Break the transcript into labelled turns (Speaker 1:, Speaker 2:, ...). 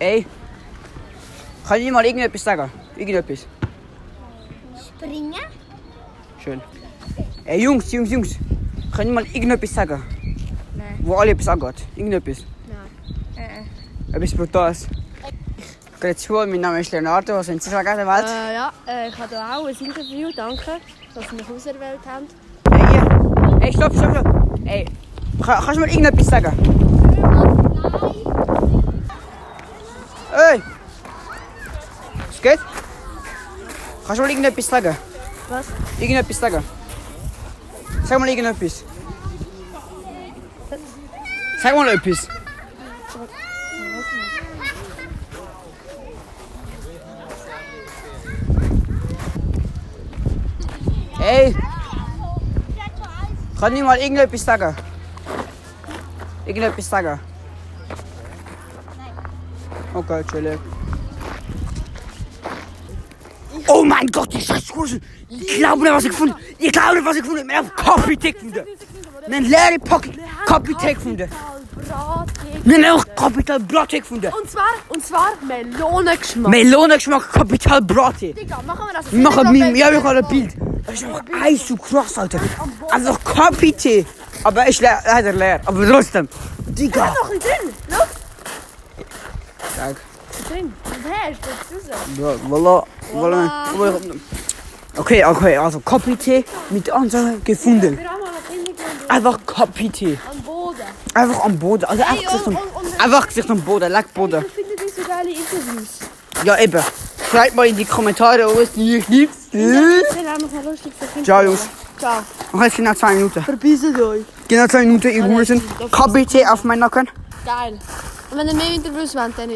Speaker 1: Ey, kann ich dir mal irgendetwas sagen? Irgendetwas.
Speaker 2: Springen?
Speaker 1: Schön. Ey, Jungs, Jungs, Jungs. Kann ich mal irgendetwas sagen?
Speaker 2: Nein.
Speaker 1: Wo alle etwas angeht. Irgendetwas.
Speaker 2: Äh.
Speaker 1: Etwas Brutales. Grüezi wohl, mein Name ist Leonardo. Was wollen Sie sagen an der Welt?
Speaker 3: Äh, ja, äh, ich habe da auch ein Interview. Danke, dass Sie mich auserwählt haben.
Speaker 1: Ey, hier. Ey, stopp, stopp, stopp. Ey, ka- kannst du mal irgendetwas sagen? Ey! Was geht? Kannst du mal irgendetwas sagen?
Speaker 3: Was?
Speaker 1: Irgendetwas sagen. Sag mal irgendetwas. Sag mal etwas. Ey! Kann ich mal irgendetwas sagen? Irgendetwas sagen? Okay, chillig. Oh mein Gott, die Scheißhose! Ich glaube nicht, was ich gefunden habe! Ich glaube nicht, was ich gefunden habe! Ich habe Copy-Tick gefunden! Einen leeren Pocket Copy-Tick gefunden!
Speaker 3: Kapitalbratik.
Speaker 1: Nein, auch Kapital Brote gefunden!
Speaker 3: Und zwar, und zwar Melonengeschmack.
Speaker 1: Melonengeschmack Kapital Brote!
Speaker 3: Digga, machen wir das.
Speaker 1: Ich mache ein Meme, ja, ich habe ein Bild! Das ist einfach eins zu krass, Alter! Also Copy-Tick! Aber ist le leider leer, aber trotzdem!
Speaker 3: Da
Speaker 1: Digga!
Speaker 3: ist noch ein drin. Schau,
Speaker 1: Sag,
Speaker 3: drin. Und her, ist das raus.
Speaker 1: ja, voilà, voilà. Aber ich- Okay, okay, also Copy-Tick mit Ansage gefunden!
Speaker 3: Wir haben mal noch hingegangen
Speaker 1: Einfach Copy-Tick!
Speaker 3: am Boden.
Speaker 1: Einfach am Boden, also einfach Gesicht am,
Speaker 3: und- und-
Speaker 1: einfach Gesicht am Boden, leck Boden.
Speaker 3: Ich finde diese geile Interviews.
Speaker 1: Ja, eben. Schreibt mal in die Kommentare, was die ich liebe.
Speaker 3: Das
Speaker 1: Und
Speaker 3: sind auch noch lustig für Kinder.
Speaker 1: Ciao, Jungs.
Speaker 3: Hm? Ciao.
Speaker 1: jetzt genau zwei Minuten.
Speaker 3: Verbieset euch.
Speaker 1: Genau zwei Minuten, ihr Huren. KBT auf meinen Nacken.
Speaker 3: Geil. Und wenn ihr mehr Interviews wollt, dann